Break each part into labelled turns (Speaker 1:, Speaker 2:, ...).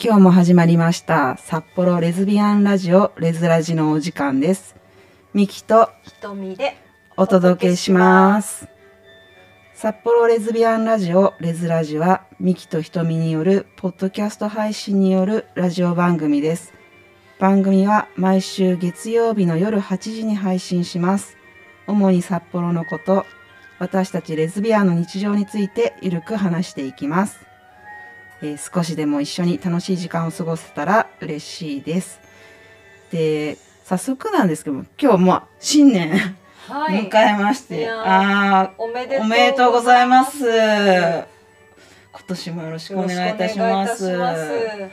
Speaker 1: 今日も始まりました札幌レズビアンラジオレズラジのお時間ですミキと
Speaker 2: 瞳で
Speaker 1: お届けします札幌レズビアンラジオレズラジはミキと瞳によるポッドキャスト配信によるラジオ番組です番組は毎週月曜日の夜8時に配信します主に札幌のこと私たちレズビアンの日常についてゆるく話していきますえー少しでも一緒に楽しい時間を過ごせたら嬉しいです。で、早速なんですけども、今日も新年
Speaker 2: はい
Speaker 1: 迎えまして、
Speaker 2: いやー
Speaker 1: あ
Speaker 2: おめで
Speaker 1: ー
Speaker 2: とう
Speaker 1: おめでとうございます。
Speaker 2: ん
Speaker 1: 今年もよろしくお願いいたし
Speaker 2: よろ
Speaker 1: ま
Speaker 2: くお
Speaker 1: す。
Speaker 2: 願いいたします早い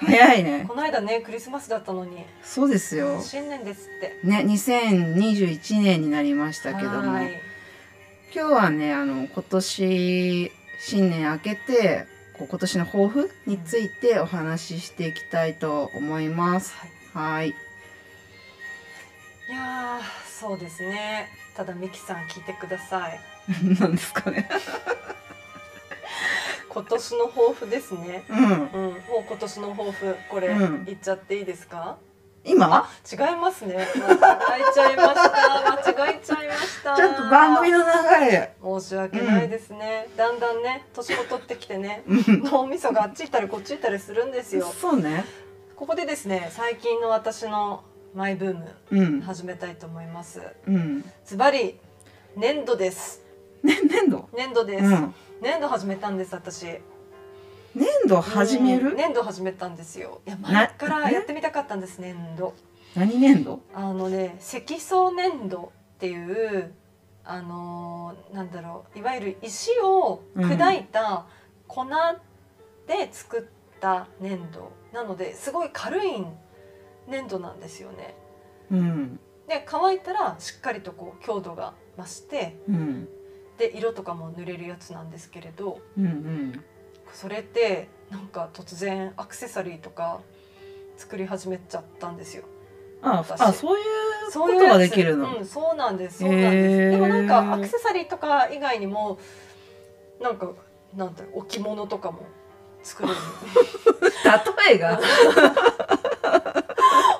Speaker 1: 早いね。
Speaker 2: この間ねクリスマスだったのに
Speaker 1: そうですよ。
Speaker 2: 新年ですって
Speaker 1: ね、2021年になりましたけども、
Speaker 2: はい
Speaker 1: 今日はね、あの、今年、新年明けて、こう今年の抱負についてお話ししていきたいと思います。は
Speaker 2: はい
Speaker 1: い。
Speaker 2: いやーそうですねただミキさん聞いてください
Speaker 1: なんですか ね。
Speaker 2: 今年の抱負ですね
Speaker 1: うん。
Speaker 2: うん、もう今年の抱負これ、
Speaker 1: うん
Speaker 2: 言っちゃっていいですか
Speaker 1: 今
Speaker 2: あ違いますね間違えちゃいました間違えちゃいまし た
Speaker 1: ちゃんと番組の流れ。
Speaker 2: 申し訳ないですね、だんだんね年を取ってきてね
Speaker 1: うん。
Speaker 2: 脳みそがあっち行ったりこっち行ったりするんですよ
Speaker 1: そうね。
Speaker 2: ここでですね最近の私のマイブーム
Speaker 1: うん。
Speaker 2: 始めたいと思います
Speaker 1: うん。
Speaker 2: ズバリ粘土です
Speaker 1: ね、粘土。
Speaker 2: 粘土です、
Speaker 1: うん。
Speaker 2: 粘土始めたんです私
Speaker 1: 粘土始め
Speaker 2: うん
Speaker 1: る。
Speaker 2: 粘土始めたんですよいや前からやってみたかったんです粘土
Speaker 1: 何粘土。
Speaker 2: あのね積層粘土っていうあのーなんだろういわゆる石を砕いた粉で作った粘土、なのですごい軽い粘土なんですよね。
Speaker 1: うん。
Speaker 2: で乾いたらしっかりとこう強度が増して
Speaker 1: うん。
Speaker 2: で色とかも塗れるやつなんですけれど
Speaker 1: うん。うん。
Speaker 2: それってなんか突然アクセサリーとか作り始めちゃったんですよ。
Speaker 1: あ、
Speaker 2: 私
Speaker 1: あ、そういうこ
Speaker 2: そうい
Speaker 1: と
Speaker 2: う
Speaker 1: が
Speaker 2: や
Speaker 1: で
Speaker 2: つ
Speaker 1: きるの
Speaker 2: う。ん、そうなんですそうなんです、
Speaker 1: へー
Speaker 2: でもなんかアクセサリーとか以外にもなんかなんて置物とかも作れ る
Speaker 1: 例え が。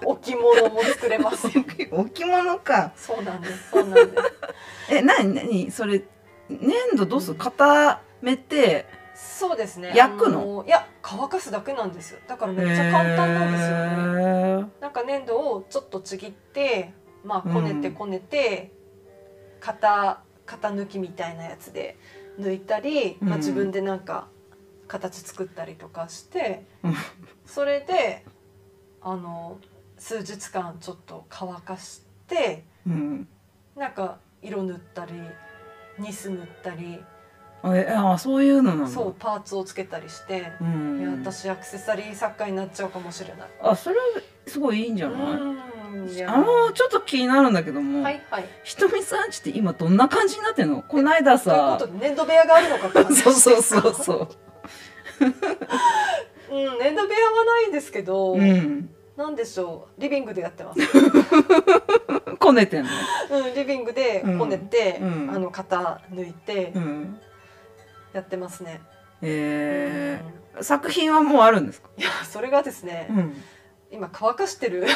Speaker 2: 置物も作れますよ
Speaker 1: 置物か。
Speaker 2: そうなんですそうなんで
Speaker 1: え、なに、なに、それ。粘土どうする、固めて。
Speaker 2: すそうですね
Speaker 1: 焼くの
Speaker 2: あいや乾かすだけなんですよだからめっちゃ簡単なんですよね、
Speaker 1: よね。
Speaker 2: なんか粘土をちょっとちぎってまあこねて
Speaker 1: うん
Speaker 2: こねて、型型抜きみたいなやつで抜いたり、
Speaker 1: う
Speaker 2: まあ、
Speaker 1: ん
Speaker 2: 自分でなんか形作ったりとかして、
Speaker 1: うん
Speaker 2: それであの数日間ちょっと乾かして
Speaker 1: うん。
Speaker 2: なんか色塗ったりニス塗ったり、
Speaker 1: あえ、あ、そういうのなの。
Speaker 2: そう。パーツをつけたりして、
Speaker 1: うん。
Speaker 2: いや私アクセサリー作家になっちゃうかもしれない。
Speaker 1: あ、それはすごいいいんじゃない。
Speaker 2: うんいや
Speaker 1: あのちょっと気になるんだけども、
Speaker 2: はいはい
Speaker 1: ひとみさんちって今どんな感じになってんのこの間
Speaker 2: というこ
Speaker 1: さ
Speaker 2: とで粘土部屋があるのかって話、
Speaker 1: そうそうそうそう
Speaker 2: ん、粘土部屋はないんですけど、
Speaker 1: う、うん、
Speaker 2: なんでしょうリビングでやってます、
Speaker 1: こねてんの、
Speaker 2: うん、リビングでこねて、
Speaker 1: うんうん
Speaker 2: あの型抜いて
Speaker 1: うん、
Speaker 2: やってますね、
Speaker 1: え
Speaker 2: うん
Speaker 1: ー、作品はもうあるんですか、
Speaker 2: いやそれがですね、
Speaker 1: ん、
Speaker 2: 今乾かしてる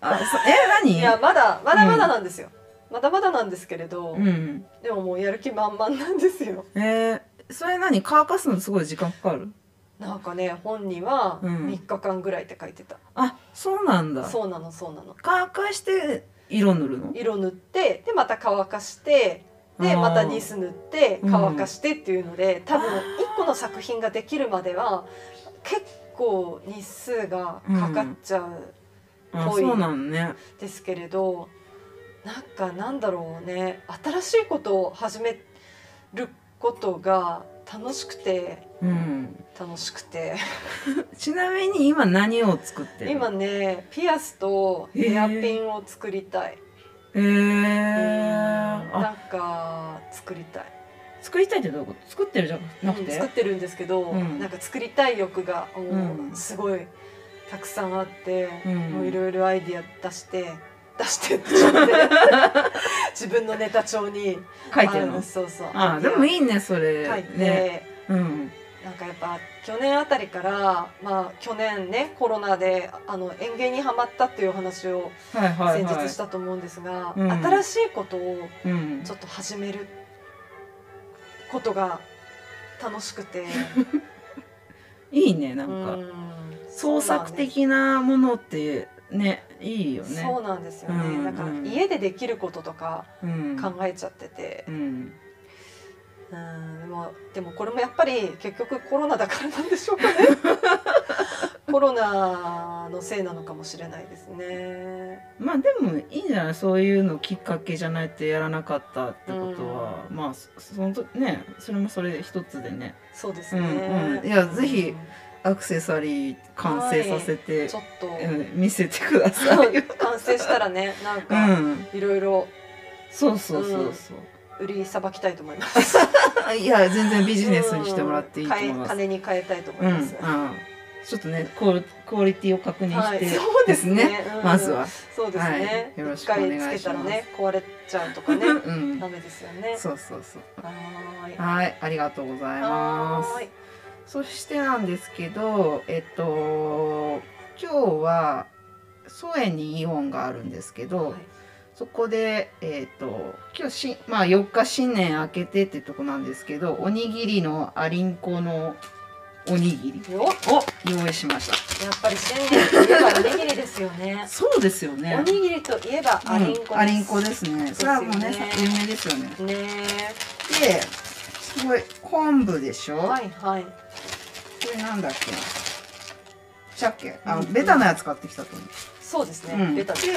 Speaker 1: あそえ何
Speaker 2: いやまだまだまだなんですよ、まだまだなんですけれど、
Speaker 1: うん、
Speaker 2: でももうやる気満々なんですよ
Speaker 1: えー、それ何乾かすのすごい時間かかる
Speaker 2: なんかね本人は
Speaker 1: うん
Speaker 2: 3日間ぐらいって書いてた、
Speaker 1: あそうなんだ
Speaker 2: そうなのそうなの
Speaker 1: 乾かして色塗るの
Speaker 2: 色塗ってでまた乾かしてで
Speaker 1: あー
Speaker 2: またニス塗って
Speaker 1: うん
Speaker 2: 乾かしてっていうので、多分1個の作品ができるまでは結構日数がかかっちゃうん
Speaker 1: あ
Speaker 2: ぽい
Speaker 1: そうなんね
Speaker 2: ですけれど、なんかなんだろうね新しいことを始めることが楽しくて
Speaker 1: うん
Speaker 2: 楽しくて
Speaker 1: ちなみに今何を作ってる
Speaker 2: 今ねピアスとヘアピンを作りたい、
Speaker 1: えー、あ
Speaker 2: なんか作りたい。
Speaker 1: 作りたいってどういうこと作ってるじゃなくて、
Speaker 2: 作ってるんですけど、
Speaker 1: うん
Speaker 2: なんか作りたい欲がもう
Speaker 1: うん
Speaker 2: すごいたくさんあって、
Speaker 1: うん
Speaker 2: もういろいろアイディア出して出してって自 分で自分のネタ帳に
Speaker 1: 書いてる
Speaker 2: あ
Speaker 1: の
Speaker 2: そうそう
Speaker 1: あでも
Speaker 2: い
Speaker 1: いいねそれ
Speaker 2: 書いて、
Speaker 1: ねうん
Speaker 2: なんかやっぱ去年あたりから、まあ、去年ねコロナであの園芸にはまったっていうお話を
Speaker 1: はいはい
Speaker 2: 先
Speaker 1: はい
Speaker 2: 日したと思うんですが、
Speaker 1: うん
Speaker 2: 新しいことを
Speaker 1: うん
Speaker 2: ちょっと始めることが楽しくて
Speaker 1: いいねなんか、
Speaker 2: うん
Speaker 1: 創作的なものってねいいよね
Speaker 2: そうなんですよね、
Speaker 1: うん
Speaker 2: なんか家でできることとか
Speaker 1: うん
Speaker 2: 考えちゃってて
Speaker 1: う、ん
Speaker 2: うん、でもでもこれもやっぱり結局コロナだからなんでしょうかね コロナのせいなのかもしれないですね
Speaker 1: まあでもいいんじゃないそういうのきっかけじゃないとやらなかったってことは、まあそそのとねそれもそれ一つでね
Speaker 2: そうですね、
Speaker 1: うんうんいやぜひ
Speaker 2: うん
Speaker 1: アクセサリー完成させて、
Speaker 2: ちょっと、
Speaker 1: うん、見せてくださいよ
Speaker 2: 完成したらねなん
Speaker 1: う
Speaker 2: か
Speaker 1: ん
Speaker 2: いろいろ
Speaker 1: そうそうそうそう、
Speaker 2: 売りさばきたいと思います
Speaker 1: あいや全 然ビジネスにしてもらっていいと思います
Speaker 2: うん変え金に変えたいと思
Speaker 1: うん、
Speaker 2: いうま
Speaker 1: ん
Speaker 2: す、、
Speaker 1: ちょっとねクオリクオリティを確認
Speaker 2: は
Speaker 1: し
Speaker 2: い
Speaker 1: て、
Speaker 2: そうですねうん
Speaker 1: まずは、
Speaker 2: そうですね、
Speaker 1: はいよろし
Speaker 2: 一
Speaker 1: くお願いし
Speaker 2: 回
Speaker 1: ます
Speaker 2: つけたらね壊れちゃうと かね
Speaker 1: うん
Speaker 2: ダメですよね
Speaker 1: そうそうそう
Speaker 2: はーい
Speaker 1: はいありがとうございま
Speaker 2: は
Speaker 1: す
Speaker 2: ーい
Speaker 1: そしてなんですけどえっと今日はソエにイオンがあるんですけど、
Speaker 2: はい
Speaker 1: そこで、えっと今日し、まあ、4日新年明けてってとこなんですけどおにぎりのアリンコのおにぎり
Speaker 2: よやっ
Speaker 1: を用意しました
Speaker 2: ぱり新年といえばおにぎりですよね
Speaker 1: そうですよね
Speaker 2: おにぎりといえばアリンコです、
Speaker 1: うんアリンコですね。それはもうね
Speaker 2: ですよね、
Speaker 1: 有名ですよね。
Speaker 2: ね
Speaker 1: で、すごい昆布でしょ。
Speaker 2: えはいはい
Speaker 1: これなんだっけな。鮭、あ、
Speaker 2: うん
Speaker 1: ベタなやつ買ってきたと思
Speaker 2: そうですね、
Speaker 1: う。うん、
Speaker 2: ベタです
Speaker 1: で、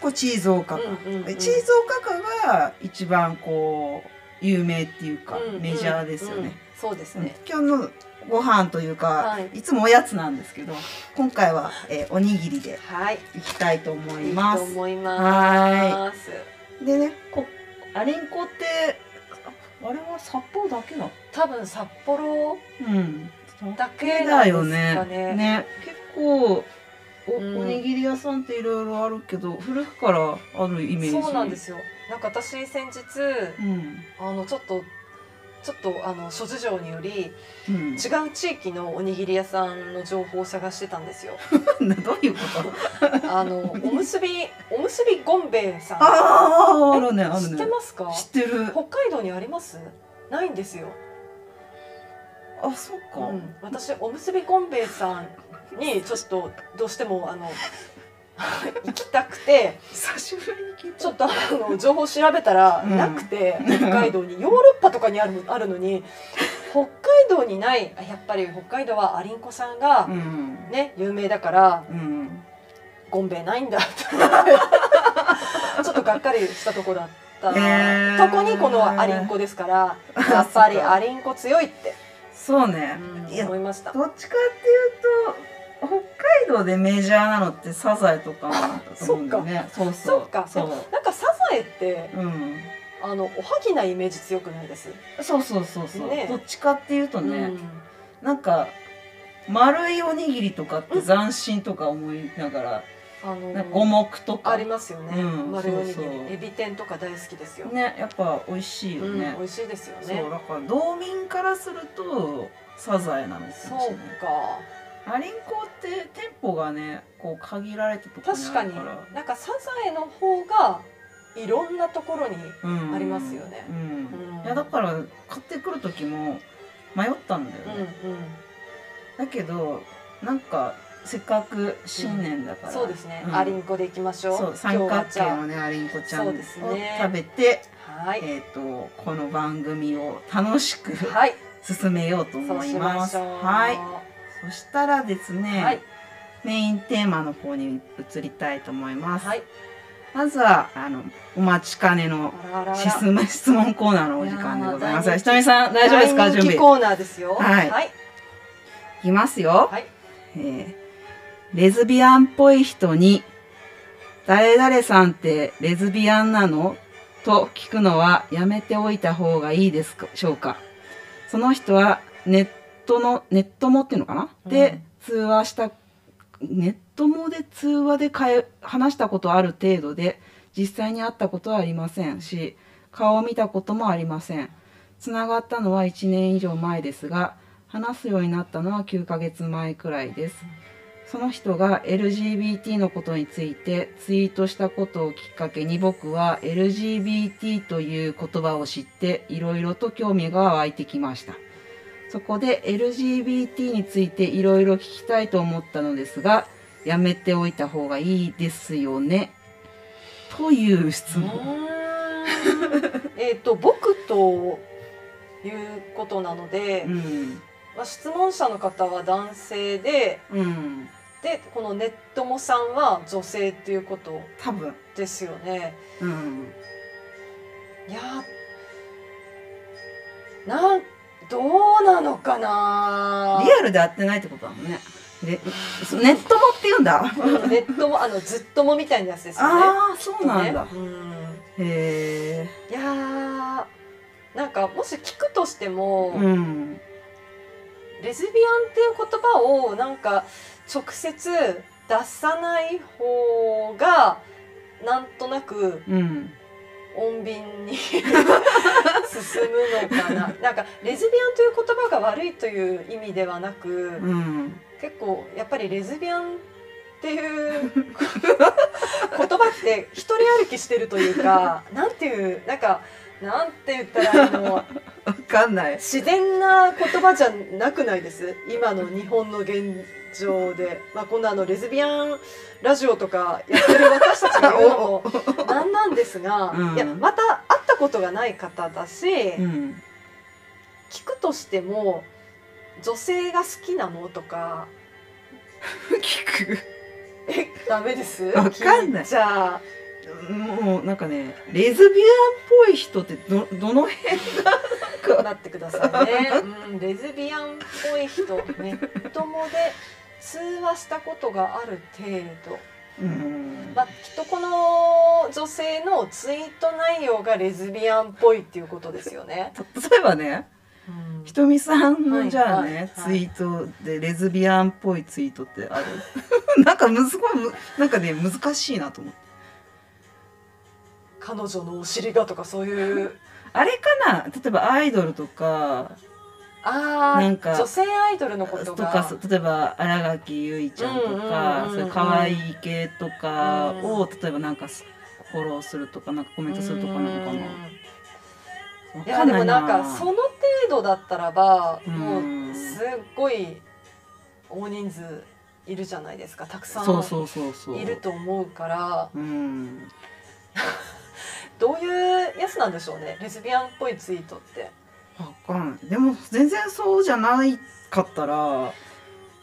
Speaker 1: これチーズおかか。
Speaker 2: うんうんうん
Speaker 1: チーズおかかが一番こう有名っていうか、
Speaker 2: うんうん
Speaker 1: メジャーですよね。
Speaker 2: うんそうですね、
Speaker 1: うん今日のご飯というか、
Speaker 2: はい
Speaker 1: い、つもおやつなんですけど、今回は、えーおにぎりで
Speaker 2: はい
Speaker 1: いきたいと思い
Speaker 2: いい
Speaker 1: ま
Speaker 2: と
Speaker 1: す。
Speaker 2: 思います
Speaker 1: でねこアリンコってああれは札幌だけだ
Speaker 2: 多分札幌
Speaker 1: うん
Speaker 2: だけなん
Speaker 1: だ
Speaker 2: ですか
Speaker 1: よね
Speaker 2: ね
Speaker 1: 結構お,、
Speaker 2: うん
Speaker 1: おにぎり屋さんっていろいろあるけど古くからあるイメージ
Speaker 2: そうなんですすよなんか私先日
Speaker 1: うん、
Speaker 2: あのちょっとちょっとあの諸事情により
Speaker 1: うん、
Speaker 2: 違う地域のおにぎり屋さんの情報を探してたんで すよ
Speaker 1: どういうこと
Speaker 2: あのおむすびおむすびゴンベエさん
Speaker 1: あああるねある
Speaker 2: 知っ
Speaker 1: ね
Speaker 2: てますか
Speaker 1: 知ってる
Speaker 2: 北海道にありますないんですよ、
Speaker 1: あそっ
Speaker 2: う
Speaker 1: か、
Speaker 2: ん、私おむすびゴンベエさんにちょっとどうしても あの行きたくて
Speaker 1: 久しぶりに聞いた
Speaker 2: ちょっとあの情報調べたら
Speaker 1: うん
Speaker 2: なくて、北海道にヨーロッパとかにあるあるのに北海道にないあやっぱり北海道はアリンコさんが
Speaker 1: うん
Speaker 2: ね、有名だから
Speaker 1: うん
Speaker 2: ゴンベイないんだって ちょっとがっかりしたとこだった、
Speaker 1: へー
Speaker 2: とこにこのアリンコですからやっぱりアリンコ強いって、
Speaker 1: そうね、
Speaker 2: うん
Speaker 1: いや
Speaker 2: 思いました
Speaker 1: どっちかっていうと北海道でメジャーなのってサザエとかなんだと思うんだよね。そうそう。
Speaker 2: そっか
Speaker 1: そう。
Speaker 2: なんかサザエって
Speaker 1: うん。
Speaker 2: あのおはぎなイメージ強くないです
Speaker 1: そうそうそうそう。
Speaker 2: ね
Speaker 1: どっちかっていうとね、
Speaker 2: うん
Speaker 1: なんか丸いおにぎりとかって斬新とか思いながら、
Speaker 2: あ
Speaker 1: なんか
Speaker 2: の
Speaker 1: 五目とか
Speaker 2: ありますよね、
Speaker 1: うん
Speaker 2: 丸いおにぎり
Speaker 1: そうそう
Speaker 2: エビ天とか大好きですよ、
Speaker 1: ねやっぱ美味しいよ
Speaker 2: うん、美
Speaker 1: ね。
Speaker 2: 味しいですよ
Speaker 1: そ
Speaker 2: ね
Speaker 1: うだから道民からするとサザエなのかもし
Speaker 2: そ
Speaker 1: れ
Speaker 2: う
Speaker 1: ない。
Speaker 2: か
Speaker 1: アリンコって店舗がねこう限られたところに
Speaker 2: 確
Speaker 1: あ
Speaker 2: か
Speaker 1: るか
Speaker 2: に
Speaker 1: ら。
Speaker 2: なんかサザエの方がいろんなところに
Speaker 1: うん
Speaker 2: ありますよね
Speaker 1: うん
Speaker 2: うん
Speaker 1: いやだから買ってくる時も迷ったんだよ
Speaker 2: う
Speaker 1: ね、
Speaker 2: んうん
Speaker 1: だけどなんかせっかく新年だから、
Speaker 2: そうですね、
Speaker 1: うん
Speaker 2: アリンコでいきましょう。
Speaker 1: そう
Speaker 2: 今日
Speaker 1: 三
Speaker 2: は
Speaker 1: 角
Speaker 2: じゃ
Speaker 1: 形
Speaker 2: あ
Speaker 1: のねアリンコちゃん
Speaker 2: そ
Speaker 1: を
Speaker 2: うですね
Speaker 1: 食べて、
Speaker 2: はい、
Speaker 1: えっ、とこの番組を楽しく
Speaker 2: はい、
Speaker 1: 進めようと
Speaker 2: そ
Speaker 1: 思
Speaker 2: う
Speaker 1: い
Speaker 2: し
Speaker 1: ま
Speaker 2: ますしょう。
Speaker 1: はいそしたらですね、
Speaker 2: はい、
Speaker 1: メインテーマの方に移りたいと思います、
Speaker 2: はい、
Speaker 1: まずはあのお待ちかねの
Speaker 2: あらあらあら
Speaker 1: 質問質問コーナーのお時間でございま
Speaker 2: い
Speaker 1: す
Speaker 2: やー
Speaker 1: ひとみさん大丈夫ですか
Speaker 2: 大人
Speaker 1: 準
Speaker 2: 気
Speaker 1: 備
Speaker 2: コーナーですよ。
Speaker 1: はい
Speaker 2: はい、
Speaker 1: いきますよ、
Speaker 2: はい
Speaker 1: えーレズビアンっぽい人に「誰々さんってレズビアンなの?」と聞くのはやめておいた方がいいですかでしょうかその人はネットのネットもっていうのかな、
Speaker 2: う
Speaker 1: で
Speaker 2: ん
Speaker 1: 通話したネットもで通話で会話したことある程度で実際に会ったことはありませんし顔を見たこともありませんつながったのは1年以上前ですが話すようになったのは9ヶ月前くらいですその人が LGBT のことについてツイートしたことをきっかけに僕は LGBT という言葉を知っていろいろと興味が湧いてきましたそこで LGBT についていろいろ聞きたいと思ったのですがやめておいた方がいいですよねという質
Speaker 2: う
Speaker 1: 問
Speaker 2: ーんえっと僕ということなので、
Speaker 1: うん
Speaker 2: まあ、質問者の方は男性で
Speaker 1: うん
Speaker 2: でこのネットモさんは女性っていうこと
Speaker 1: 多分
Speaker 2: ですよね。
Speaker 1: うん
Speaker 2: いやーなんどうなのかな
Speaker 1: リアルで会ってないってことだもんねでそネットもって言うんだ
Speaker 2: ネットもあのずっともみたいなやつですよね。
Speaker 1: ああそうなんだ、
Speaker 2: ねうん
Speaker 1: へ
Speaker 2: いやーなんかもし聞くとして
Speaker 1: え
Speaker 2: も、
Speaker 1: うん
Speaker 2: レズビアンっていう言葉をなんか直接出さない方がなんとなく
Speaker 1: うん
Speaker 2: 穏便に 進むのかななんかレズビアンという言葉が悪いという意味ではなく
Speaker 1: うん
Speaker 2: 結構やっぱりレズビアンっていう 言葉って一人歩きしてるというかなんていうなんかなんて言ったらいいの
Speaker 1: わかんない
Speaker 2: 自然な言葉じゃなくないです今の日本の現状で、まあ、こんなあのレズビアンラジオとかやってる私たちが言うのも なんなんですが、
Speaker 1: うん
Speaker 2: いやまた会ったことがない方だし、
Speaker 1: うん
Speaker 2: 聞くとしても女性が好きなのとか
Speaker 1: 聞
Speaker 2: え ダメです
Speaker 1: わかんない
Speaker 2: じゃあ
Speaker 1: くもうなんかねレズビアンっぽい人ってどどの辺
Speaker 2: なってくださいね、うん、レズビアンっぽい人ネットもで通話したことがある程度
Speaker 1: うん
Speaker 2: まあ、きっとこの女性のツイート内容がレズビアンっぽいっていうことですよね。
Speaker 1: 例えばねひとみさん
Speaker 2: は
Speaker 1: の
Speaker 2: い
Speaker 1: じゃあね、
Speaker 2: はいはい
Speaker 1: ツイートでレズビアンっぽいツイートってある なんかむずごいむなんかね難しいなと思って
Speaker 2: 彼女のお尻がとかそういう
Speaker 1: あれかな例えばアイドルとか
Speaker 2: あ
Speaker 1: なん
Speaker 2: ー
Speaker 1: か
Speaker 2: 女性アイドルのこと
Speaker 1: と
Speaker 2: が
Speaker 1: かそう例えば新垣結衣ちゃんとか、
Speaker 2: うんうんうん
Speaker 1: そ
Speaker 2: うん
Speaker 1: ういう可愛い系とかを、
Speaker 2: う
Speaker 1: 例えばなんかすフォローするとかなんかコメントするとかなのかな
Speaker 2: うん
Speaker 1: わ
Speaker 2: い
Speaker 1: か
Speaker 2: や
Speaker 1: ん
Speaker 2: で
Speaker 1: な
Speaker 2: も
Speaker 1: い
Speaker 2: なんかその程度だったらば、
Speaker 1: うん
Speaker 2: もうすっごい大人数いるじゃないですかたくさ
Speaker 1: そうんそうそうそう
Speaker 2: いると思うから
Speaker 1: うん
Speaker 2: どういうやつなんでしょうねレズビアンっぽいツイートって。
Speaker 1: わかんないでも全然そうじゃないかったら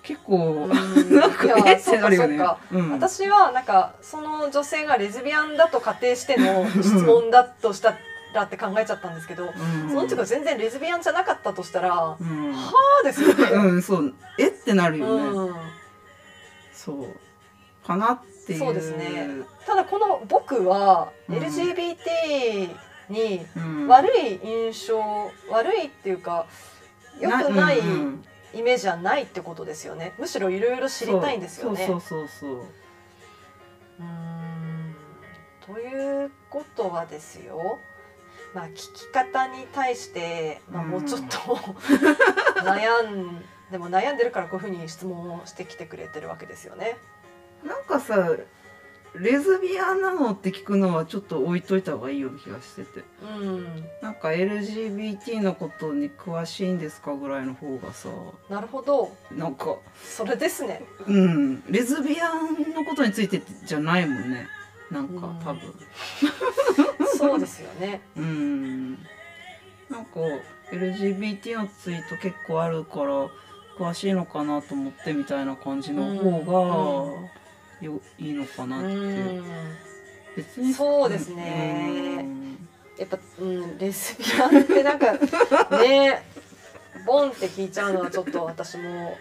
Speaker 1: 結構、
Speaker 2: うん
Speaker 1: なんか
Speaker 2: いや
Speaker 1: えっ
Speaker 2: そ
Speaker 1: て
Speaker 2: う
Speaker 1: な
Speaker 2: か
Speaker 1: る
Speaker 2: そ
Speaker 1: よ
Speaker 2: う
Speaker 1: ね
Speaker 2: か。
Speaker 1: うん、
Speaker 2: 私はなんかその女性がレズビアンだと仮定しての質問だとしたらって考えちゃったんですけど、
Speaker 1: うん、
Speaker 2: その人が全然レズビアンじゃなかったとしたら、は
Speaker 1: うん
Speaker 2: あですよね。
Speaker 1: うん、そうえってなるよね、
Speaker 2: うん
Speaker 1: そうかなっていう
Speaker 2: そうですねただこの僕は LGBT に
Speaker 1: うん、
Speaker 2: 悪い印象、悪いっていうか良くない
Speaker 1: うんうん
Speaker 2: イメージはないってことですよねむしろいろいろ知りたいんですよね。
Speaker 1: そうそうそうそう
Speaker 2: うーんということはですよ、まあ、聞き方に対して、まあ、
Speaker 1: うん
Speaker 2: もうちょっ と悩んでも悩んでるからこういうふうに質問をしてきてくれてるわけですよね。
Speaker 1: なんかさレズビアンなのって聞くのはちょっと置いといた方がいいような気がしてて
Speaker 2: うん、
Speaker 1: なんか LGBT のことに詳しいんですかぐらいの方がさ
Speaker 2: なるほど
Speaker 1: なんか
Speaker 2: それですね。
Speaker 1: うんレズビアンのことについてじゃないもんねなんか
Speaker 2: うん
Speaker 1: 多分
Speaker 2: そうですよね。
Speaker 1: うんなんか LGBT のツイート結構あるから詳しいのかなと思ってみたいな感じの方がよ、いいのか
Speaker 2: う
Speaker 1: なっていう、
Speaker 2: ん
Speaker 1: 別に
Speaker 2: そうですね
Speaker 1: うん
Speaker 2: やっぱ、うん、レズビアンってなんか ねボンって聞いちゃうのはちょっと私も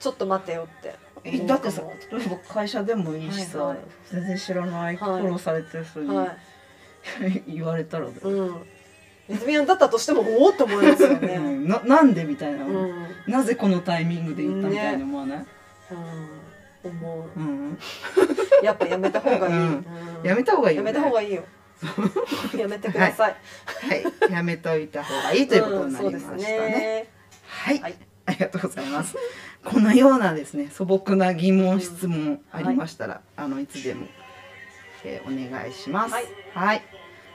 Speaker 2: ちょっと待てよって
Speaker 1: えだってさ例えば会社でもいいしさ、
Speaker 2: はいはい
Speaker 1: 全然知らないフ
Speaker 2: はい
Speaker 1: ォローされてる人に、
Speaker 2: はい
Speaker 1: 言われたらだよ、
Speaker 2: うん、レズビアンだったとしてもおおって思いますよ
Speaker 1: う
Speaker 2: ね。
Speaker 1: んななんでみたいな、
Speaker 2: うん、うん、
Speaker 1: なぜこのタイミングで言ったみたいに思わない、
Speaker 2: 思
Speaker 1: うん、
Speaker 2: う。やっぱやめた方がいい。
Speaker 1: うん
Speaker 2: うん
Speaker 1: やめた方がいい
Speaker 2: や
Speaker 1: よ、ね、
Speaker 2: めた方がいいよ。やめてください。
Speaker 1: はい、やめといた方がいいということになりました
Speaker 2: うんそうです
Speaker 1: ね。
Speaker 2: ね。
Speaker 1: はい、
Speaker 2: はい
Speaker 1: ありがとうございます。このようなですね、素朴な疑問質問ありましたら、あのいつでも、えーお願いします。は
Speaker 2: はいい。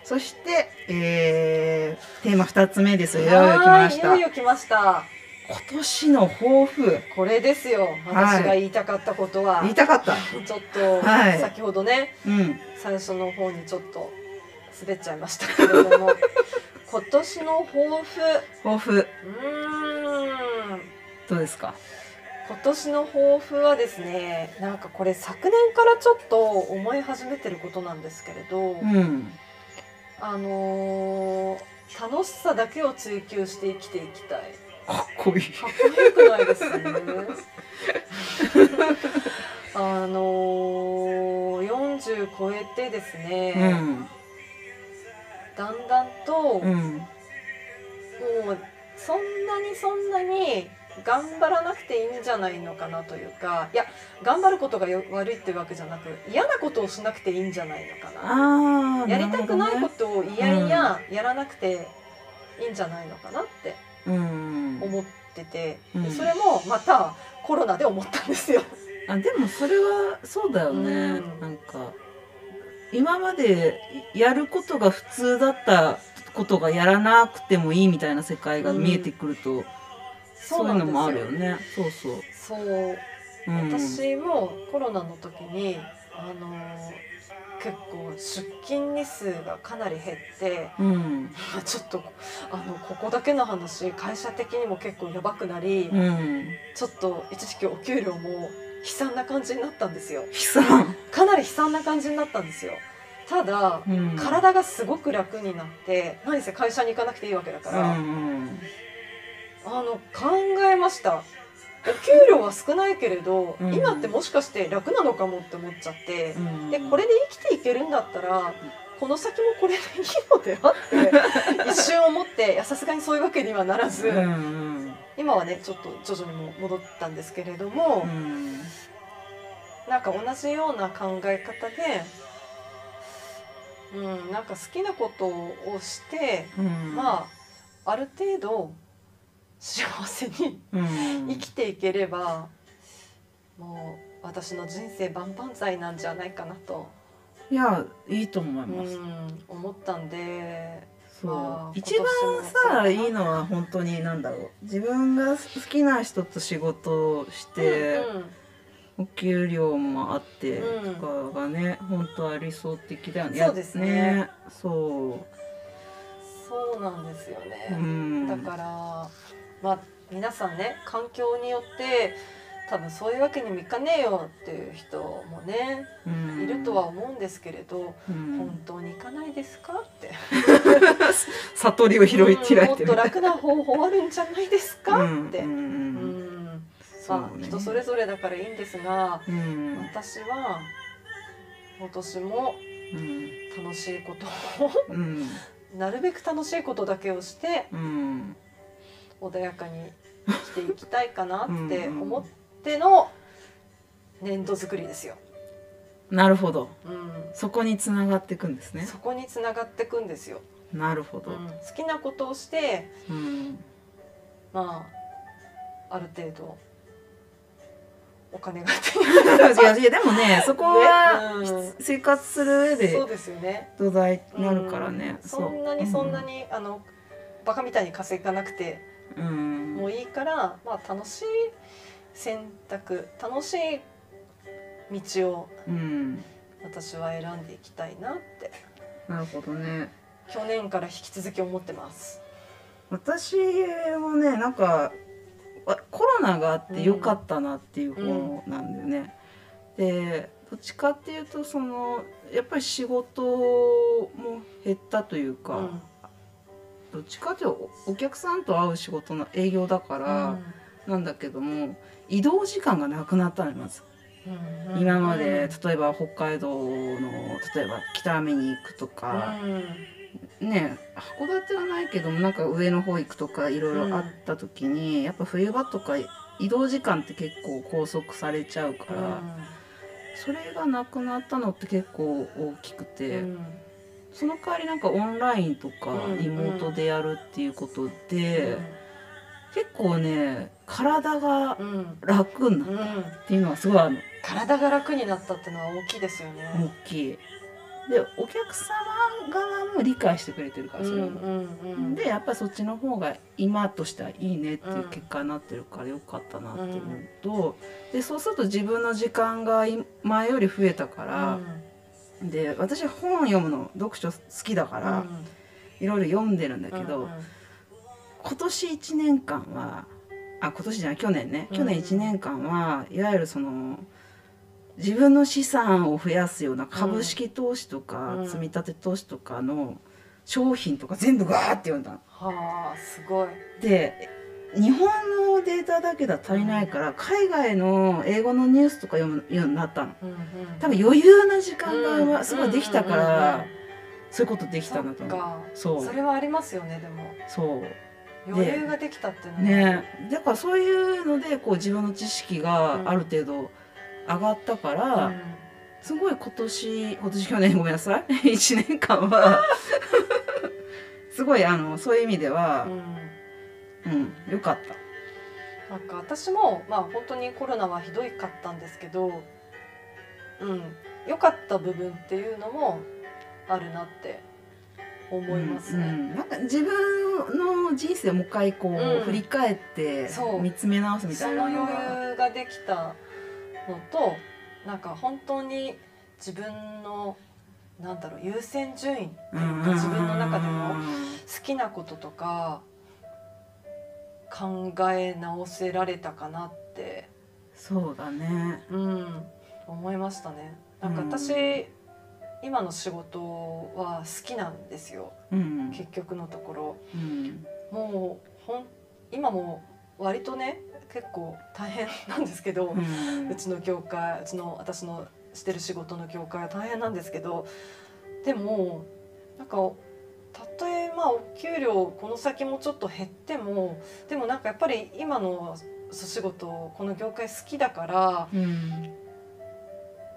Speaker 1: そして、えーテーマ二つ目ですよ。いよいよ来
Speaker 2: は
Speaker 1: ま
Speaker 2: ーい
Speaker 1: し
Speaker 2: いよ
Speaker 1: た。
Speaker 2: い
Speaker 1: 今
Speaker 2: よ来ました。
Speaker 1: 年の抱負、
Speaker 2: これですよ。私が言いたかったことは、
Speaker 1: 言いたかった。
Speaker 2: ちょっと、
Speaker 1: はい
Speaker 2: 先ほどね、
Speaker 1: うん。
Speaker 2: 最初の方にちょっと滑っちゃいましたけれ ども、今年の抱負、
Speaker 1: 抱負、
Speaker 2: うーん、
Speaker 1: どうですか。
Speaker 2: 今年の抱負はですね、なんかこれ昨年からちょっと思い始めてることなんですけれど、
Speaker 1: うん。
Speaker 2: あのー楽しさだけを追求して生きていきたい。
Speaker 1: かっこいい。
Speaker 2: かっこよくないですね。あのー、40超えてですね、
Speaker 1: うん。
Speaker 2: だんだんと、
Speaker 1: う。
Speaker 2: もうんそんなにそんなに頑張らなくていいんじゃないのかなというかいや頑張ることがよ悪いってわけじゃなく嫌なことをしなくていいんじゃないのかな
Speaker 1: ああ。
Speaker 2: やりたくない
Speaker 1: るほど
Speaker 2: こ
Speaker 1: ね。
Speaker 2: とをいやいややらなくていいんじゃないのかなって
Speaker 1: うん。
Speaker 2: 思ってて、
Speaker 1: うん
Speaker 2: でそれもまたコロナで思ったんですよ。
Speaker 1: あでもそれはそうだよね、
Speaker 2: うん
Speaker 1: なんか今までやることが普通だったことがやらなくてもいいみたいな世界が見えてくると、そういうのもあるよねそうそう、
Speaker 2: そう
Speaker 1: うん、
Speaker 2: 私もコロナの時に、あのー結構出勤日数がかなり減って
Speaker 1: うん
Speaker 2: まあちょっとあのここだけの話会社的にも結構やばくなり、
Speaker 1: うん
Speaker 2: ちょっと一時期お給料も悲惨な感じになったんですよ
Speaker 1: 悲惨、
Speaker 2: かなり悲惨な感じになったんですよただ、
Speaker 1: うん、
Speaker 2: 体がすごく楽になって何せ会社に行かなくていいわけだから、
Speaker 1: うん
Speaker 2: あの考えましたお給料は少ないけれど、
Speaker 1: うん
Speaker 2: 今ってもしかして楽なのかもって思っちゃって
Speaker 1: う、ん、
Speaker 2: でこれで生きていけるんだったらこの先もこれでいいのではっ て一瞬思っていやさすがにそういうわけにはならず、
Speaker 1: うんうん
Speaker 2: 今はねちょっと徐々にも戻ったんですけれども
Speaker 1: う、ん
Speaker 2: なんか同じような考え方で。うん、なんか好きなことをして、
Speaker 1: うん
Speaker 2: まあある程度幸せに
Speaker 1: うん
Speaker 2: 生きていければもう私の人生万々歳なんじゃないかなと、
Speaker 1: いやいいと思います、
Speaker 2: うん思ったんで
Speaker 1: そ
Speaker 2: ま
Speaker 1: う
Speaker 2: あ
Speaker 1: 一番
Speaker 2: 今年もそうか
Speaker 1: さ
Speaker 2: ない
Speaker 1: いのは本当に何だろう自分が好きな人と仕事をして、お給料もあって
Speaker 2: うん
Speaker 1: とかがね、本当は理想的だよね
Speaker 2: そうですね
Speaker 1: そ
Speaker 2: そうなんですよ
Speaker 1: う、う
Speaker 2: ね、
Speaker 1: ん、
Speaker 2: だからまあ皆さんね環境によって多分そういうわけにもいかねえよっていう人もね
Speaker 1: うん
Speaker 2: いるとは、思うんですけれど、
Speaker 1: うん
Speaker 2: 本、当にいかないですかって
Speaker 1: 悟りを拾い切られて
Speaker 2: うんもっと楽な方法あるんじゃないですかって、
Speaker 1: うんうんう
Speaker 2: う
Speaker 1: ん
Speaker 2: ん
Speaker 1: そう
Speaker 2: ま
Speaker 1: ね
Speaker 2: あ、人それぞれだからいいんですが
Speaker 1: うん
Speaker 2: 私は今年も
Speaker 1: うん
Speaker 2: 楽しいことを
Speaker 1: うん
Speaker 2: なるべく楽しいことだけをして
Speaker 1: うん
Speaker 2: 穏やかに生きていきたいかなって
Speaker 1: うんうん
Speaker 2: 思っての年度作りですよ。
Speaker 1: なるほど
Speaker 2: うん
Speaker 1: そこにつながっていくんですね
Speaker 2: そこにつながってくんですよ、
Speaker 1: なるほ
Speaker 2: う
Speaker 1: ど、
Speaker 2: ん、好きなことをして
Speaker 1: うん
Speaker 2: まあある程度お金が 手に
Speaker 1: いやいやでもねそこは、
Speaker 2: ねうん
Speaker 1: 生活する上で
Speaker 2: そうですよね
Speaker 1: 土台になるからね、
Speaker 2: うんそんなにそんな、に、あのバカみたいに稼がなくて
Speaker 1: うん、
Speaker 2: もういいから、まあ、楽しい選択楽しい道を
Speaker 1: うん、
Speaker 2: 私は選んでいきたいなって
Speaker 1: なるほどね
Speaker 2: 去年から引き続き思ってます。
Speaker 1: 私もねなんかわコロナがあってよかったなっていう方なんだよね。でどっちかっていうとそのやっぱり仕事も減ったという
Speaker 2: う
Speaker 1: か、
Speaker 2: ん
Speaker 1: どっちかっていうとおお客さんと会う仕事の営業だからなんだけども移動時間がなくなったのよまず。
Speaker 2: うんうん
Speaker 1: 今まで例えば北海道の例えば北雨に行くと
Speaker 2: う
Speaker 1: か、
Speaker 2: ん
Speaker 1: ね函館はないけどもなんか上の方行くとかいろいろあった時に、やっぱ冬場とか移動時間って結構拘束されちゃうか
Speaker 2: う
Speaker 1: ら、
Speaker 2: ん
Speaker 1: それがなくなったのって結構大きくて、
Speaker 2: うん
Speaker 1: その代わりなんかオンラインとか
Speaker 2: うんうん
Speaker 1: リモートでやるっていうことで、結構ね体が
Speaker 2: うんうん
Speaker 1: 楽にな
Speaker 2: う
Speaker 1: る
Speaker 2: ん、
Speaker 1: っていうのはすごいあの
Speaker 2: 体が楽になったってのは大きいですよ
Speaker 1: 大
Speaker 2: ね。
Speaker 1: きい。でお客様側も理解してくれてるからそれは、
Speaker 2: ん
Speaker 1: でやっぱりそっちの方が今としてはいいねっていう結果になってるからよかったなって思うと、でそうすると自分の時間がい前より増えたか
Speaker 2: う
Speaker 1: ら、で私本読むの読書好きだから、
Speaker 2: ん
Speaker 1: いろいろ読んでるんだけど、
Speaker 2: うん
Speaker 1: 今年1年間はあ今年じゃない去年ね
Speaker 2: うん
Speaker 1: 去年1年間はいわゆるその自分の資産を増やすような株式投資とか、
Speaker 2: うん
Speaker 1: 積み立て投資とかの商品とか全部ガーって読んだの。
Speaker 2: はあすごい。
Speaker 1: で日本のデータだけでは足りないから、海外の英語のニュースとか読むようになったの。
Speaker 2: うんうん
Speaker 1: 多分余裕な時間
Speaker 2: うん
Speaker 1: がすごいできたから、
Speaker 2: うんうんうん
Speaker 1: そういうことできたなと
Speaker 2: そっ
Speaker 1: 思う。
Speaker 2: か
Speaker 1: そう
Speaker 2: それはありますよねでも
Speaker 1: そう
Speaker 2: 余裕ができたっていうのは
Speaker 1: ねだからそういうのでこう自分の知識がある程度上がったか
Speaker 2: う
Speaker 1: ら、
Speaker 2: ん
Speaker 1: すごい今年今年去年ごめんなさい1 年間はすごいあのそういう意味では
Speaker 2: う、ん
Speaker 1: うん良かった。
Speaker 2: なんか私もまあ本当にコロナはひどいかったんですけどうん良かった部分っていうのもあるなって思います
Speaker 1: うん
Speaker 2: ね。
Speaker 1: うんなんか自分の人生をもう一回こう、
Speaker 2: うん
Speaker 1: 振り返って
Speaker 2: そう
Speaker 1: 見つめ直すみ
Speaker 2: そ
Speaker 1: たい
Speaker 2: の
Speaker 1: なの
Speaker 2: 余
Speaker 1: が
Speaker 2: 裕ができたのとなんか本当に自分のなんだろう優先順位っていうか自分の中でも
Speaker 1: うん
Speaker 2: 好きなこととか考え直せられたかなって、
Speaker 1: そうだね。
Speaker 2: うん、思いましたね。なんか私、
Speaker 1: うん
Speaker 2: 今の仕事は好きなんですよ
Speaker 1: うん
Speaker 2: 結局のところ
Speaker 1: うん
Speaker 2: もうほん今も割とね結構大変なんですけど
Speaker 1: う、ん
Speaker 2: うちの業界うちの私のしてる仕事の業界は大変なんですけどでもなんかたとえまあお給料この先もちょっと減ってもでもなんかやっぱり今の仕事この業界好きだから
Speaker 1: うん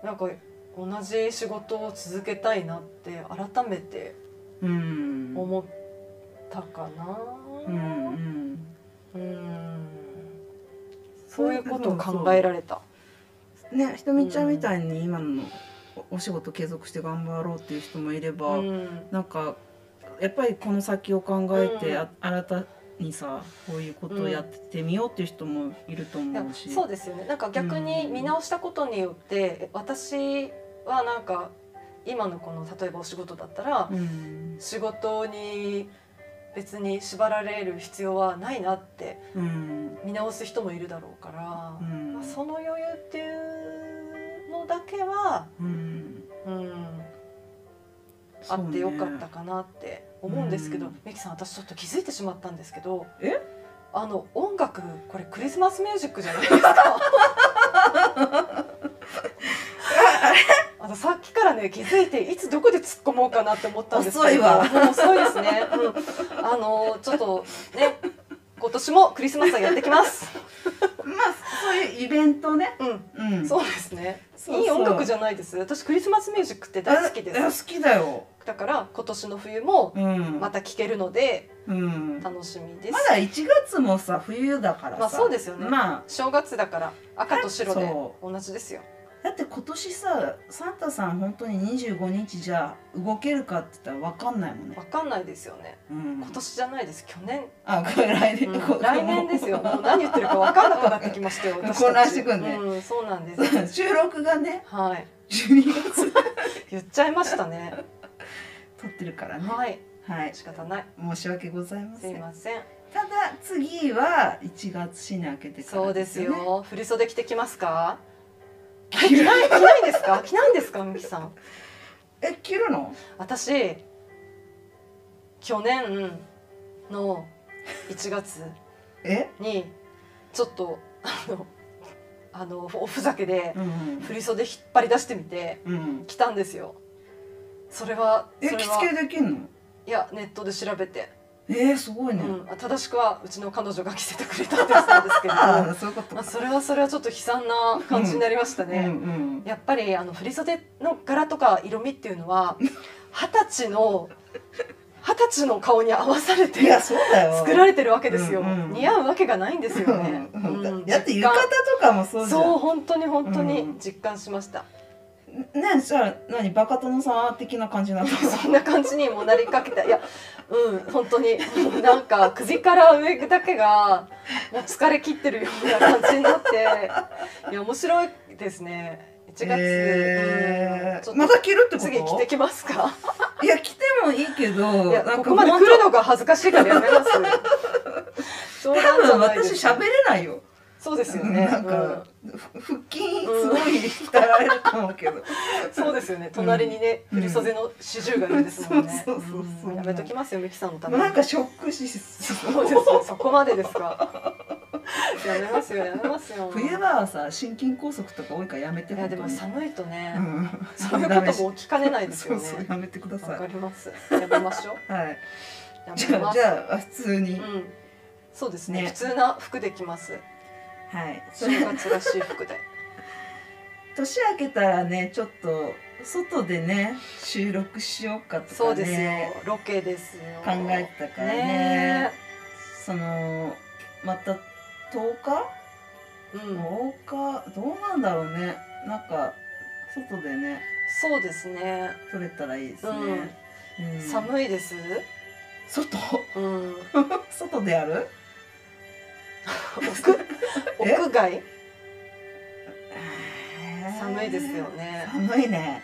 Speaker 2: なんか同じ仕事を続けたいなって改めて
Speaker 1: うん
Speaker 2: 思ったかな。
Speaker 1: うんうん
Speaker 2: うんそういうことを考えられた。
Speaker 1: ねひとみちゃんみたいに今のおお仕事継続して頑張ろうっていう人もいれば、
Speaker 2: うん
Speaker 1: なんかやっぱりこの先を考えて、
Speaker 2: うん
Speaker 1: あ新たにさこういうことをやってみようっていう人もいると
Speaker 2: いや
Speaker 1: 思うし。
Speaker 2: そうですよねなんか逆に見直したことによって、私はなんか今のこの例えばお仕事だったら、
Speaker 1: うん
Speaker 2: 仕事に別に縛られる必要はないなって
Speaker 1: うん
Speaker 2: 見直す人もいるだろうから
Speaker 1: う、ん
Speaker 2: まあその余裕っていうのだけは、
Speaker 1: うん
Speaker 2: うん、あ
Speaker 1: そうね
Speaker 2: ってよかったかなって思うんですけど、
Speaker 1: うん
Speaker 2: ミキさん私ちょっと気づいてしまったんですけど
Speaker 1: え
Speaker 2: あの音楽これクリスマスミュージックじゃな いですかあのさっきからね気づいていつどこで突っ込もうかなって思ったんですけど
Speaker 1: 遅いわ
Speaker 2: もう遅いですね、うん あのちょっとね今年もクリスマスはやってきます
Speaker 1: まあそういうイベントね、
Speaker 2: うん
Speaker 1: うん、
Speaker 2: そうですね
Speaker 1: そうそう
Speaker 2: いい音楽じゃないです私クリスマスミュージックって大好きで
Speaker 1: あいや
Speaker 2: す
Speaker 1: 好きだよ、
Speaker 2: だから今年の冬も
Speaker 1: うん
Speaker 2: また聴けるので
Speaker 1: うん、ま
Speaker 2: 楽しみです、
Speaker 1: だ1月もさ冬だからさ、
Speaker 2: まあそうですよね
Speaker 1: まあ
Speaker 2: 正月だから赤と白で
Speaker 1: そ
Speaker 2: 同じですよ
Speaker 1: だって今年さサンタさん本当に25日じゃ動けるかって言ったら分かんないもんね、
Speaker 2: わかんないですよね
Speaker 1: うん、
Speaker 2: 今年じゃないです去年、
Speaker 1: あこれ来年、
Speaker 2: うん
Speaker 1: こ
Speaker 2: 来年ですよもう何言ってるかわかんなくなってきましたよ私たち
Speaker 1: 混乱してくんね
Speaker 2: うん、そうなんです
Speaker 1: そう収録がね
Speaker 2: はい
Speaker 1: 12月
Speaker 2: 言っちゃいましたね
Speaker 1: 撮ってるからねは
Speaker 2: はい
Speaker 1: い、
Speaker 2: 仕方ない
Speaker 1: 申し訳ございますせ
Speaker 2: い
Speaker 1: んただ
Speaker 2: ません
Speaker 1: 次は1月死に明けてか
Speaker 2: そ
Speaker 1: ら
Speaker 2: うです
Speaker 1: ね
Speaker 2: よ振り袖着てきますか着ない着ないんですか着ないんですかみきさん
Speaker 1: え切るの
Speaker 2: 私去年の1月
Speaker 1: え
Speaker 2: にちょっとあのあのおふざけで
Speaker 1: うん
Speaker 2: 振り袖引っ張り出してみて
Speaker 1: うん
Speaker 2: 来たんですよそれは
Speaker 1: え
Speaker 2: それ
Speaker 1: 着
Speaker 2: は
Speaker 1: 付けできんの
Speaker 2: いやネットで調べて、
Speaker 1: えー、すごいね、
Speaker 2: うん、正しくはうちの彼女が着せてくれたってやつなんです けど
Speaker 1: ああそういうこと
Speaker 2: まあそれはそれはちょっと悲惨な感じになりましたね、
Speaker 1: うんうん
Speaker 2: やっぱりあの振り袖の柄とか色味っていうのは二十歳の二十歳の顔に合わされて
Speaker 1: いやそうだよ
Speaker 2: 作られてるわけですよ、
Speaker 1: うんうん
Speaker 2: 似合うわけがないんですよね、
Speaker 1: うん
Speaker 2: うん
Speaker 1: だって浴衣とかもそうじゃん
Speaker 2: そう本当に本当
Speaker 1: う
Speaker 2: に
Speaker 1: ん
Speaker 2: 実感しました、
Speaker 1: ねじゃあ何バカ殿さん的な感じなの
Speaker 2: そんな感じにもなりかけたいやうん本当にもうなんか首から上だけがもう疲れ切ってるような感じにな っていや面白いですね1月、
Speaker 1: え
Speaker 2: うんちょ
Speaker 1: ー
Speaker 2: っと
Speaker 1: また着るってこ
Speaker 2: 次着て
Speaker 1: と
Speaker 2: きますか
Speaker 1: いや着てもいいけど
Speaker 2: いや
Speaker 1: なん
Speaker 2: こ
Speaker 1: か
Speaker 2: こまで来るのが恥ずかしいからやめ ます
Speaker 1: 多
Speaker 2: 多
Speaker 1: 分私喋れないよ
Speaker 2: そうですよね、
Speaker 1: なんか、ふ腹筋すごい鍛えられると思うけど、
Speaker 2: うんそうですよね隣にね、
Speaker 1: うん
Speaker 2: 振り袖の主従がいるんですもんね
Speaker 1: そうそうそうそうん
Speaker 2: やめときますよミキさんのために
Speaker 1: なんかショックしそう
Speaker 2: そうですよそこまでですか やめますよやめますよ
Speaker 1: 冬場はさ心筋梗塞とか多いからやめて
Speaker 2: いやでも
Speaker 1: 本当に
Speaker 2: 寒いとね、
Speaker 1: うん
Speaker 2: そういうことも起きかねないですよね
Speaker 1: そうそうやめてくだ
Speaker 2: わか
Speaker 1: さ
Speaker 2: りますやめましょう
Speaker 1: いはい
Speaker 2: や
Speaker 1: じ
Speaker 2: め
Speaker 1: ゃ
Speaker 2: ま
Speaker 1: あ
Speaker 2: す
Speaker 1: じゃあ普通に、
Speaker 2: うんそうですね
Speaker 1: ね
Speaker 2: 普通な服できます
Speaker 1: はい
Speaker 2: 正月らしい服で
Speaker 1: 年明けたらねちょっと外でね収録しようかとかね
Speaker 2: そうですよ、ロケですよ
Speaker 1: 考えてたからね
Speaker 2: ね
Speaker 1: そのまた10日
Speaker 2: えうん、
Speaker 1: 10日どうなんだろうねなんか外でね
Speaker 2: そうですね
Speaker 1: 撮れたらいいですね、うん
Speaker 2: 寒いです
Speaker 1: 外
Speaker 2: うん
Speaker 1: 外でやる
Speaker 2: 屋
Speaker 1: え
Speaker 2: 屋外寒いですよね
Speaker 1: 寒いね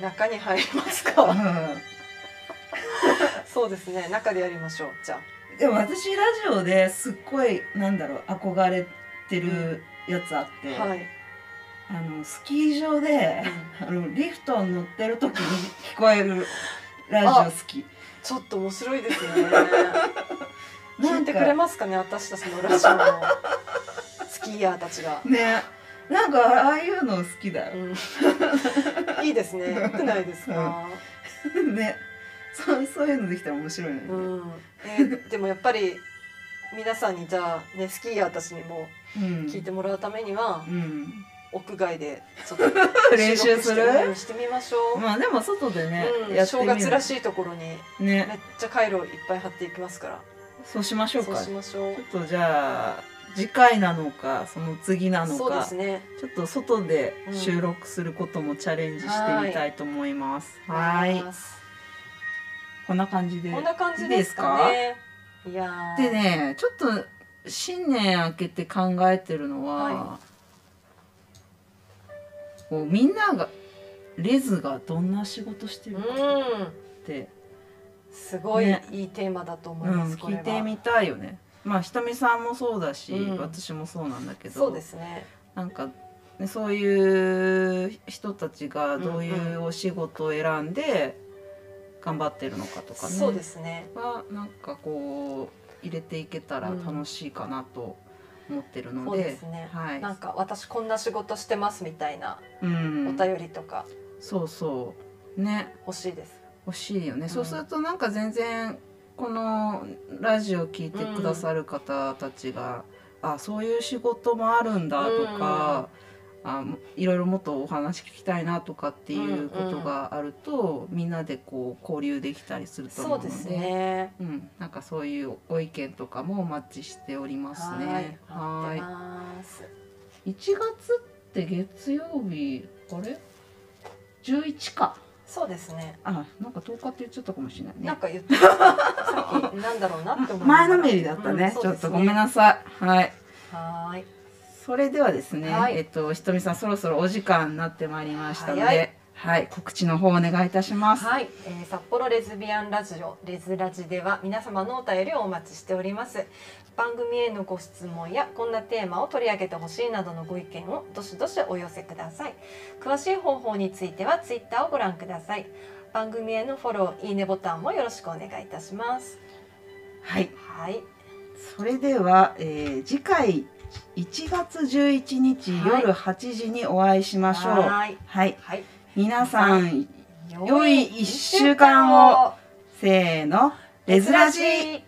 Speaker 2: 中に入ります
Speaker 1: う
Speaker 2: か
Speaker 1: ん
Speaker 2: そうですね中でやりましょうじゃあ
Speaker 1: でも私ラジオですっごいなんだろう憧れてるやつあって、
Speaker 2: はい、
Speaker 1: あのスキー場であのリフトに乗ってる時に聞こえるラジオ好き。
Speaker 2: ちょっと面白いですね。
Speaker 1: な
Speaker 2: 聞
Speaker 1: ん
Speaker 2: いて
Speaker 1: か
Speaker 2: くれますかね、私たちのラジオのスキーヤーたちが。
Speaker 1: ね、なんかああいうの好きだ
Speaker 2: う
Speaker 1: よ。
Speaker 2: ん いいですね。良くないですか。
Speaker 1: ね、そうそういうのできたら面白いの
Speaker 2: う
Speaker 1: にね。
Speaker 2: ん、えーでもやっぱり皆さんにじゃあねスキーヤーたちにも
Speaker 1: うん。
Speaker 2: 聞いてもらうためには
Speaker 1: うん。
Speaker 2: 屋外でちょっ と
Speaker 1: 練習する
Speaker 2: 収録してうんしてみましょう。
Speaker 1: まあでも外でね、
Speaker 2: う
Speaker 1: や
Speaker 2: ん、
Speaker 1: ってみ
Speaker 2: 正
Speaker 1: る
Speaker 2: 月らしいところにめっ
Speaker 1: ね、
Speaker 2: ちゃカイロいっぱい貼っていきますから。
Speaker 1: そうしましょう
Speaker 2: そう
Speaker 1: か。
Speaker 2: し
Speaker 1: ちょ
Speaker 2: ましょう
Speaker 1: っ。とじゃあ次回なのかその次なの
Speaker 2: そうで
Speaker 1: か
Speaker 2: す、ね。
Speaker 1: ちょっと外で収録することもチャレンジしてみたいと思います。はい。こんな感じで。
Speaker 2: こんな感じですかね。いやー
Speaker 1: でねちょっと新年明けて考えてるのは、
Speaker 2: は
Speaker 1: こうみんながレズがどんな仕事してる
Speaker 2: う
Speaker 1: か
Speaker 2: ん、
Speaker 1: って、
Speaker 2: すごい、
Speaker 1: ね
Speaker 2: いいテーマだと思
Speaker 1: う
Speaker 2: い
Speaker 1: ん
Speaker 2: ます。これ
Speaker 1: 聞い
Speaker 2: は
Speaker 1: てみたいよね。まあひとみさんもそうだし、
Speaker 2: うん
Speaker 1: 私もそうなんだけど
Speaker 2: そうですね。
Speaker 1: なんか、ね、そういう人たちがどういうお仕事を選んで頑張ってるのかとかね。
Speaker 2: そうですね。
Speaker 1: はなんかこう入れていけたら楽しいかなと思ってるの
Speaker 2: そう
Speaker 1: で、
Speaker 2: ですね。
Speaker 1: はい
Speaker 2: なんか私こんな仕事してますみたいな
Speaker 1: うん
Speaker 2: お便りとか
Speaker 1: そうそうね
Speaker 2: 欲しいです。
Speaker 1: 欲しいよね、
Speaker 2: ん
Speaker 1: そうするとなんか全然このラジオ聞いてくださる方たちが、あそういう仕事もあるんだとか、あいろいろもっとお話聞きたいなとかっていうことがあると、みんなでこう交流できたりすると思
Speaker 2: そうう
Speaker 1: ので
Speaker 2: ですね。
Speaker 1: うん、なんかそういうご意見とかもお待ちしておりますね。
Speaker 2: は。
Speaker 1: はい
Speaker 2: 待って
Speaker 1: い。
Speaker 2: ます。
Speaker 1: 一月って月曜日あれ？十一か。
Speaker 2: そうですね。
Speaker 1: あ、なんか十日って言っちゃったかもしれない
Speaker 2: なん
Speaker 1: ね。
Speaker 2: か言ってましたさっきなんだろうなって思いながら
Speaker 1: 前のめりだったね。
Speaker 2: うん
Speaker 1: ち
Speaker 2: そう
Speaker 1: ょ
Speaker 2: で
Speaker 1: っ
Speaker 2: す
Speaker 1: とごめんなさい。はい。
Speaker 2: はーい。
Speaker 1: それではですね、
Speaker 2: はい
Speaker 1: えっとひとみさんそろそろお時間になってまいりましたので、は
Speaker 2: 早
Speaker 1: い
Speaker 2: い、
Speaker 1: 告知の方お願いいたします。
Speaker 2: はい、えー札幌レズビアンラジオレズラジでは皆様のお便りをお待ちしております番組へのご質問やこんなテーマを取り上げてほしいなどのご意見をどしどしお寄せください詳しい方法についてはツイッターをご覧ください番組へのフォローいいねボタンもよろしくお願いいたします
Speaker 1: はい。
Speaker 2: はい
Speaker 1: それでは、えー次回1月11日
Speaker 2: はい
Speaker 1: 夜8時にお会いしましょう。
Speaker 2: はーい
Speaker 1: はい
Speaker 2: はい
Speaker 1: 皆さん
Speaker 2: 良
Speaker 1: 良い一週間をせーのレズラジー
Speaker 2: ー